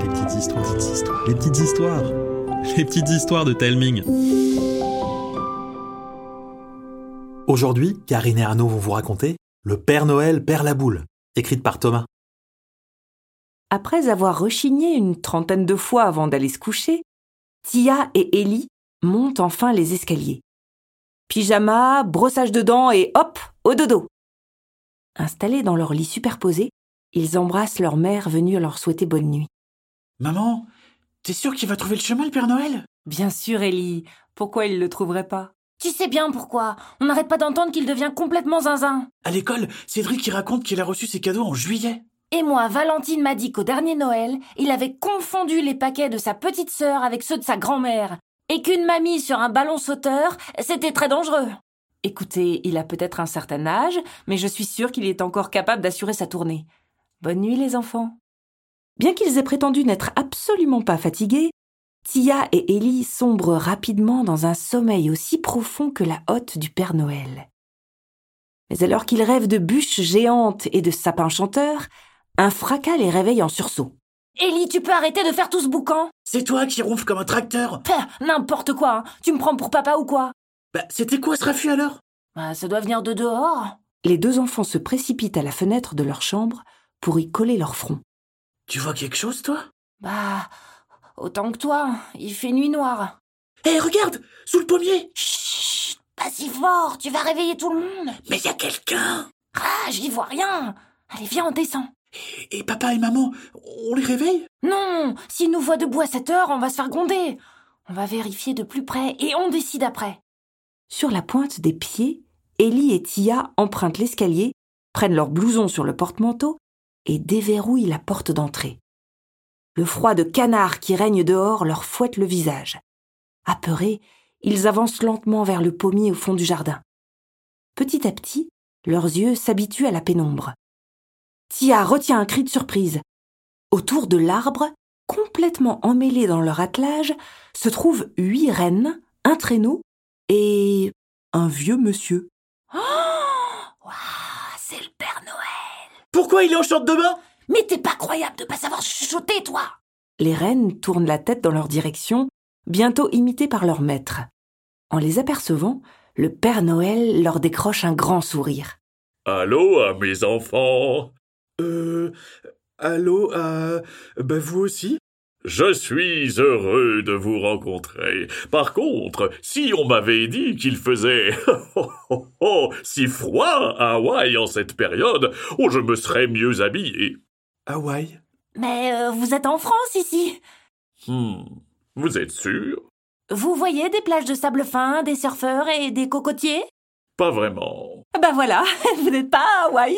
petites histoires, petites histoires, les petites histoires, les petites histoires de Telming. Aujourd'hui, Karine et Arnaud vont vous raconter Le Père Noël perd la boule, écrite par Thomas. Après avoir rechigné une trentaine de fois avant d'aller se coucher, Tia et Ellie montent enfin les escaliers. Pyjama, brossage de dents et hop, au dodo. Installés dans leur lit superposé, ils embrassent leur mère venue leur souhaiter bonne nuit. Maman, t'es sûr qu'il va trouver le chemin, le Père Noël Bien sûr, Ellie. Pourquoi ils le trouveraient pas Tu sais bien pourquoi. On n'arrête pas d'entendre qu'il devient complètement zinzin. À l'école, Cédric il raconte qu'il a reçu ses cadeaux en juillet. Et moi, Valentine m'a dit qu'au dernier Noël, il avait confondu les paquets de sa petite sœur avec ceux de sa grand-mère. Et qu'une mamie sur un ballon sauteur, c'était très dangereux. Écoutez, il a peut-être un certain âge, mais je suis sûre qu'il est encore capable d'assurer sa tournée. Bonne nuit, les enfants. Bien qu'ils aient prétendu n'être absolument pas fatigués, Tia et Ellie sombrent rapidement dans un sommeil aussi profond que la hotte du Père Noël. Mais alors qu'ils rêvent de bûches géantes et de sapins chanteurs, un fracas les réveille en sursaut. Ellie, tu peux arrêter de faire tout ce boucan C'est toi qui ronfle comme un tracteur Pah, N'importe quoi, hein. tu me prends pour papa ou quoi Bah, c'était quoi ce raffut alors Bah, Ça doit venir de dehors. Les deux enfants se précipitent à la fenêtre de leur chambre pour y coller leur front. Tu vois quelque chose, toi Bah, autant que toi, hein. il fait nuit noire. Hé, Eh, regarde Sous le pommier Chut, pas si fort, tu vas réveiller tout le monde. Mais y a quelqu'un Ah, j'y vois rien. Allez, viens, on descend. Et papa et maman, on les réveille Non, s'il nous voit debout à cette heure, on va se faire gronder. On va vérifier de plus près et on décide après. Sur la pointe des pieds, Ellie et Tia empruntent l'escalier, prennent leur blouson sur le porte-manteau et déverrouillent la porte d'entrée. Le froid de canard qui règne dehors leur fouette le visage. Apeurés, ils avancent lentement vers le pommier au fond du jardin. Petit à petit, leurs yeux s'habituent à la pénombre. Tia retient un cri de surprise. Autour de l'arbre, complètement emmêlés dans leur attelage, se trouvent huit rennes, un traîneau et un vieux monsieur. Oh Waouh, c'est le Père Noël. Pourquoi il est en short de bain Mais t'es pas croyable de pas savoir chuchoter, toi. Les rennes tournent la tête dans leur direction, bientôt imités par leur maître. En les apercevant, le Père Noël leur décroche un grand sourire. Allô à mes enfants Euh... Allô, euh... Bah vous aussi Je suis heureux de vous rencontrer. Par contre, si on m'avait dit qu'il faisait oh, oh, oh, si froid à Hawaï en cette période, oh, je me serais mieux habillé. Hawaï Mais euh, vous êtes en France ici. Hmm, vous êtes sûr Vous voyez des plages de sable fin, des surfeurs et des cocotiers Pas vraiment. Ah Ben voilà, vous n'êtes pas à Hawaï.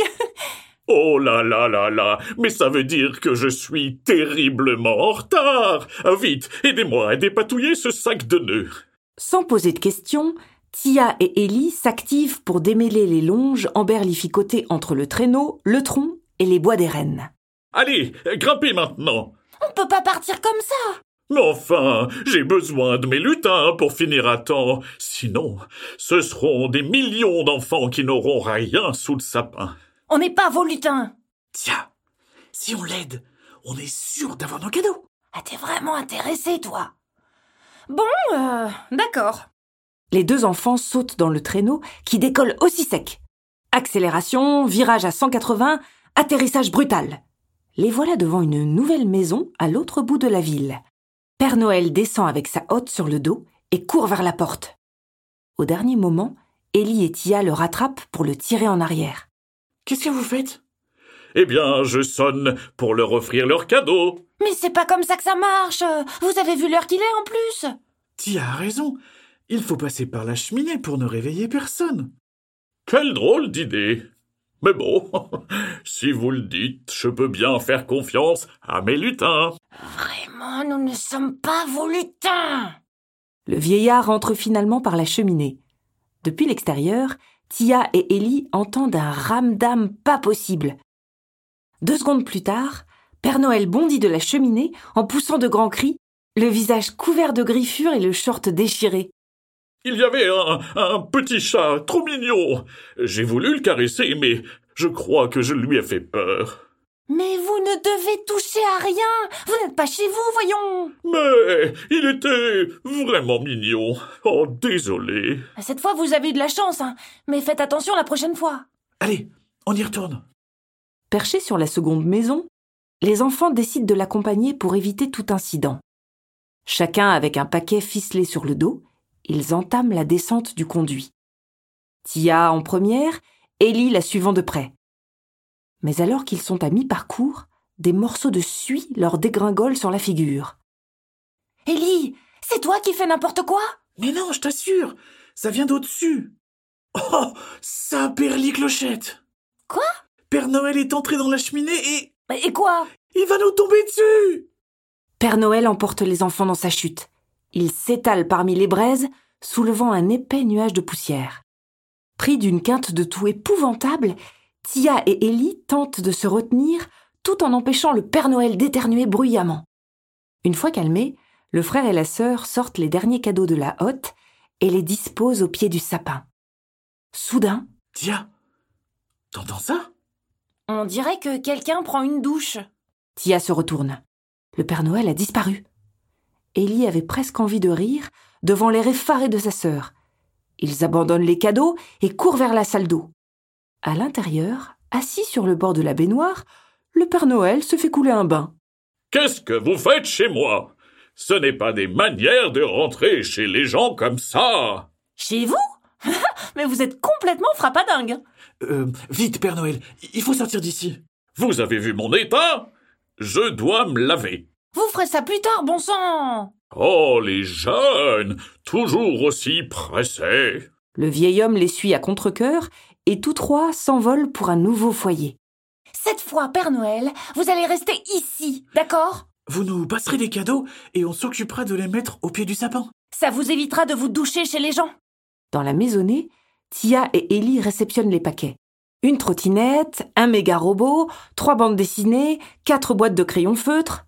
Oh là là là là, mais ça veut dire que je suis terriblement en retard. Ah, Vite, aidez-moi à dépatouiller ce sac de nœuds. Sans poser de questions, Tia et Ellie s'activent pour démêler les longes emberlificotées entre le traîneau, le tronc et les bois des rennes. Allez, grimpez maintenant. On peut pas partir comme ça. Mais enfin, j'ai besoin de mes lutins pour finir à temps. Sinon, ce seront des millions d'enfants qui n'auront rien sous le sapin. On n'est pas vos lutins. Tiens, si on l'aide, on est sûr d'avoir nos cadeaux Ah, t'es vraiment intéressé, toi. Bon, euh, d'accord. Les deux enfants sautent dans le traîneau qui décolle aussi sec. Accélération, virage à 180, atterrissage brutal. Les voilà devant une nouvelle maison à l'autre bout de la ville. Père Noël descend avec sa hotte sur le dos et court vers la porte. Au dernier moment, Ellie et Tia le rattrapent pour le tirer en arrière. Qu'est-ce que vous faites Eh bien, je sonne pour leur offrir leur cadeau. Mais c'est pas comme ça que ça marche. Vous avez vu l'heure qu'il est en plus. Tia a raison. Il faut passer par la cheminée pour ne réveiller personne. Quelle drôle d'idée. Mais bon, si vous le dites, je peux bien faire confiance à mes lutins. Vraiment, nous ne sommes pas vos lutins. Le vieillard entre finalement par la cheminée. Depuis l'extérieur, Tia et Ellie entendent un ramdam pas possible. Deux secondes plus tard, Père Noël bondit de la cheminée en poussant de grands cris, le visage couvert de griffures et le short déchiré. Il y avait un, un petit chat trop mignon. J'ai voulu le caresser, mais je crois que je lui ai fait peur. Mais vous ne devez toucher à rien Vous n'êtes pas chez vous, voyons Mais il était vraiment mignon. Oh, désolé. Cette fois, vous avez eu de la chance, hein. mais faites attention la prochaine fois. Allez, on y retourne. Perchés sur la seconde maison, les enfants décident de l'accompagner pour éviter tout incident. Chacun avec un paquet ficelé sur le dos, ils entament la descente du conduit. Tia en première, Ellie la suivant de près. Mais alors qu'ils sont à mi-parcours, des morceaux de suie leur dégringolent sur la figure. Ellie, c'est toi qui fais n'importe quoi Mais non, je t'assure, ça vient d'au-dessus. Oh, ça perlit clochette. Quoi Père Noël est entré dans la cheminée et Et quoi il va nous tomber dessus. Père Noël emporte les enfants dans sa chute. Il s'étale parmi les braises, soulevant un épais nuage de poussière. Pris d'une quinte de tout épouvantable, Tia et Ellie tentent de se retenir tout en empêchant le Père Noël d'éternuer bruyamment. Une fois calmés, le frère et la sœur sortent les derniers cadeaux de la hotte et les disposent au pied du sapin. Soudain, Tiens, t'entends ça On dirait que quelqu'un prend une douche. Tia se retourne. Le Père Noël a disparu. Ellie avait presque envie de rire devant l'air effaré de sa sœur. Ils abandonnent les cadeaux et courent vers la salle d'eau. À l'intérieur, assis sur le bord de la baignoire, le Père Noël se fait couler un bain. Qu'est-ce que vous faites chez moi Ce n'est pas des manières de rentrer chez les gens comme ça. Chez vous Mais vous êtes complètement frappadingue Euh, Vite, Père Noël, il faut sortir d'ici. Vous avez vu mon état Je dois me laver. Vous ferez ça plus tard, bon sang Oh, les jeunes, toujours aussi pressés. Le vieil homme les suit à contre-cœur et tous trois s'envolent pour un nouveau foyer. Cette fois, Père Noël, vous allez rester ici, d'accord Vous nous passerez des cadeaux et on s'occupera de les mettre au pied du sapin. Ça vous évitera de vous doucher chez les gens. Dans la maisonnée, Tia et Ellie réceptionnent les paquets. Une trottinette, un méga robot, trois bandes dessinées, quatre boîtes de crayons feutres.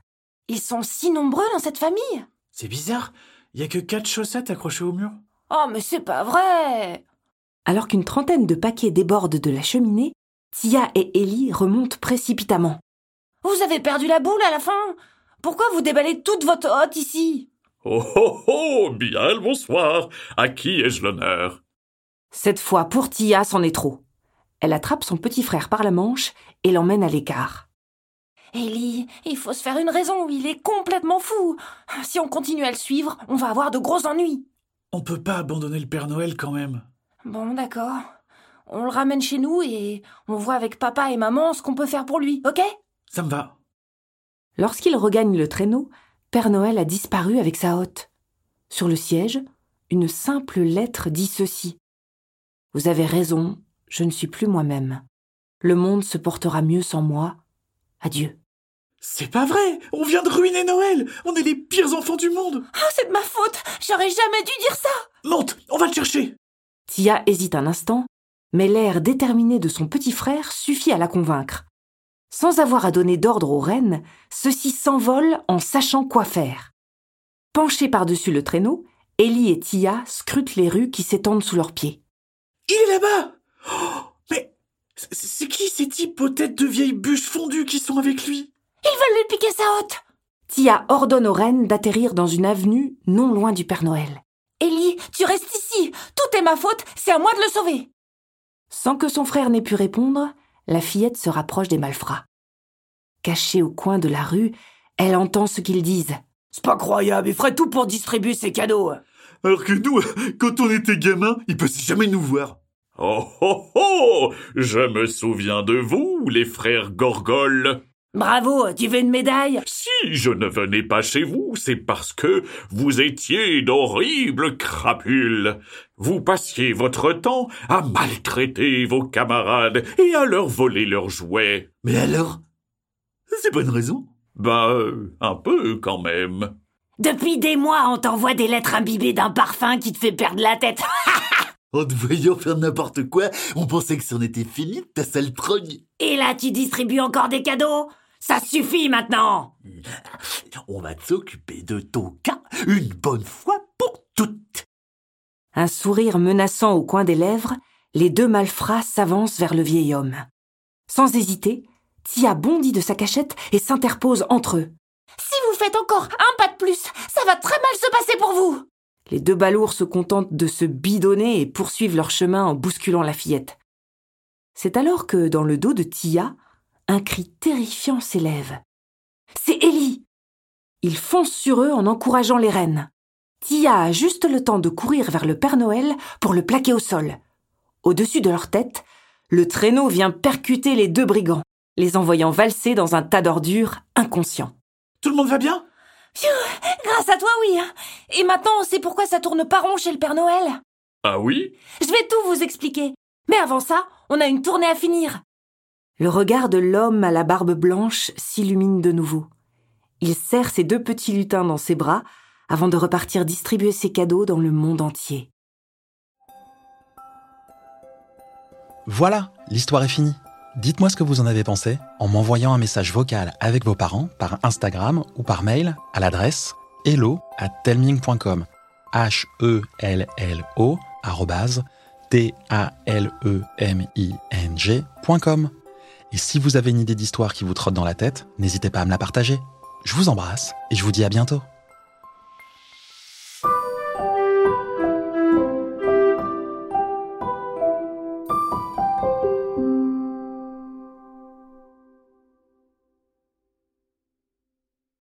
Ils sont si nombreux dans cette famille C'est bizarre, il y a que quatre chaussettes accrochées au mur. Oh, mais c'est pas vrai Alors qu'une trentaine de paquets débordent de la cheminée, Tia et Ellie remontent précipitamment. Vous avez perdu la boule à la fin Pourquoi vous déballez toute votre hotte ici Oh, oh, oh, bien le bonsoir. À qui ai-je l'honneur Cette fois, pour Tia, c'en est trop. Elle attrape son petit frère par la manche et l'emmène à l'écart. Ellie, il faut se faire une raison, il est complètement fou Si on continue à le suivre, on va avoir de gros ennuis On peut pas abandonner le Père Noël quand même. Bon, d'accord. On le ramène chez nous et on voit avec papa et maman ce qu'on peut faire pour lui, ok Ça me va. Lorsqu'ils regagnent le traîneau, Père Noël a disparu avec sa hotte. Sur le siège, une simple lettre dit ceci. Vous avez raison, je ne suis plus moi-même. Le monde se portera mieux sans moi. Adieu. C'est pas vrai On vient de ruiner Noël On est les pires enfants du monde Ah, c'est de ma faute J'aurais jamais dû dire ça Monte, on va le chercher Tia hésite un instant, mais l'air déterminé de son petit frère suffit à la convaincre. Sans avoir à donner d'ordre aux rennes, ceux-ci s'envolent en sachant quoi faire. Penchés par-dessus le traîneau, Ellie et Tia scrutent les rues qui s'étendent sous leurs pieds. Il est là-bas Oh, Mais c'est- c'est qui ces types aux têtes de vieilles bûches fondues qui sont avec lui Ils veulent lui piquer sa hotte Tia ordonne aux rennes d'atterrir dans une avenue non loin du Père Noël. Ellie, tu restes ici Tout est ma faute, c'est à moi de le sauver Sans que son frère n'ait pu répondre, la fillette se rapproche des malfrats. Cachée au coin de la rue, elle entend ce qu'ils disent. C'est pas croyable, il ferait tout pour distribuer ses cadeaux. Alors que nous, quand on était gamins, ils passaient jamais nous voir. Oh, oh, oh Je me souviens de vous, les frères Gorgol. Bravo, tu veux une médaille Si je ne venais pas chez vous, c'est parce que vous étiez d'horribles crapules. Vous passiez votre temps à maltraiter vos camarades et à leur voler leurs jouets. Mais alors C'est pas une raison Ben, euh, un peu quand même. Depuis des mois, on t'envoie des lettres imbibées d'un parfum qui te fait perdre la tête. En te voyant faire n'importe quoi, on pensait que c'en était fini de ta sale trogne. Et là, tu distribues encore des cadeaux Ça suffit maintenant On va s'occuper de ton cas une bonne fois pour toutes. Un sourire menaçant au coin des lèvres, les deux malfrats s'avancent vers le vieil homme. Sans hésiter, Tia bondit de sa cachette et s'interpose entre eux. Si vous faites encore un pas de plus, ça va très mal se passer pour vous Les deux balours se contentent de se bidonner et poursuivent leur chemin en bousculant la fillette. C'est alors que, dans le dos de Tia, un cri terrifiant s'élève. C'est Ellie Ils foncent sur eux en encourageant les rennes. Tia a juste le temps de courir vers le Père Noël pour le plaquer au sol. Au-dessus de leur tête, le traîneau vient percuter les deux brigands, les envoyant valser dans un tas d'ordures inconscients. Tout le monde va bien Phew, Grâce à toi, oui hein. Et maintenant, on sait pourquoi ça tourne pas rond chez le Père Noël Ah oui Je vais tout vous expliquer Mais avant ça, on a une tournée à finir Le regard de l'homme à la barbe blanche s'illumine de nouveau. Il serre ses deux petits lutins dans ses bras avant de repartir distribuer ses cadeaux dans le monde entier. Voilà, l'histoire est finie. Dites-moi ce que vous en avez pensé en m'envoyant un message vocal avec vos parents par Instagram ou par mail à l'adresse hello at telming.com. h e l l o arrobase, t a l e m i n g point com. Et si vous avez une idée d'histoire qui vous trotte dans la tête, n'hésitez pas à me la partager. Je vous embrasse et je vous dis à bientôt.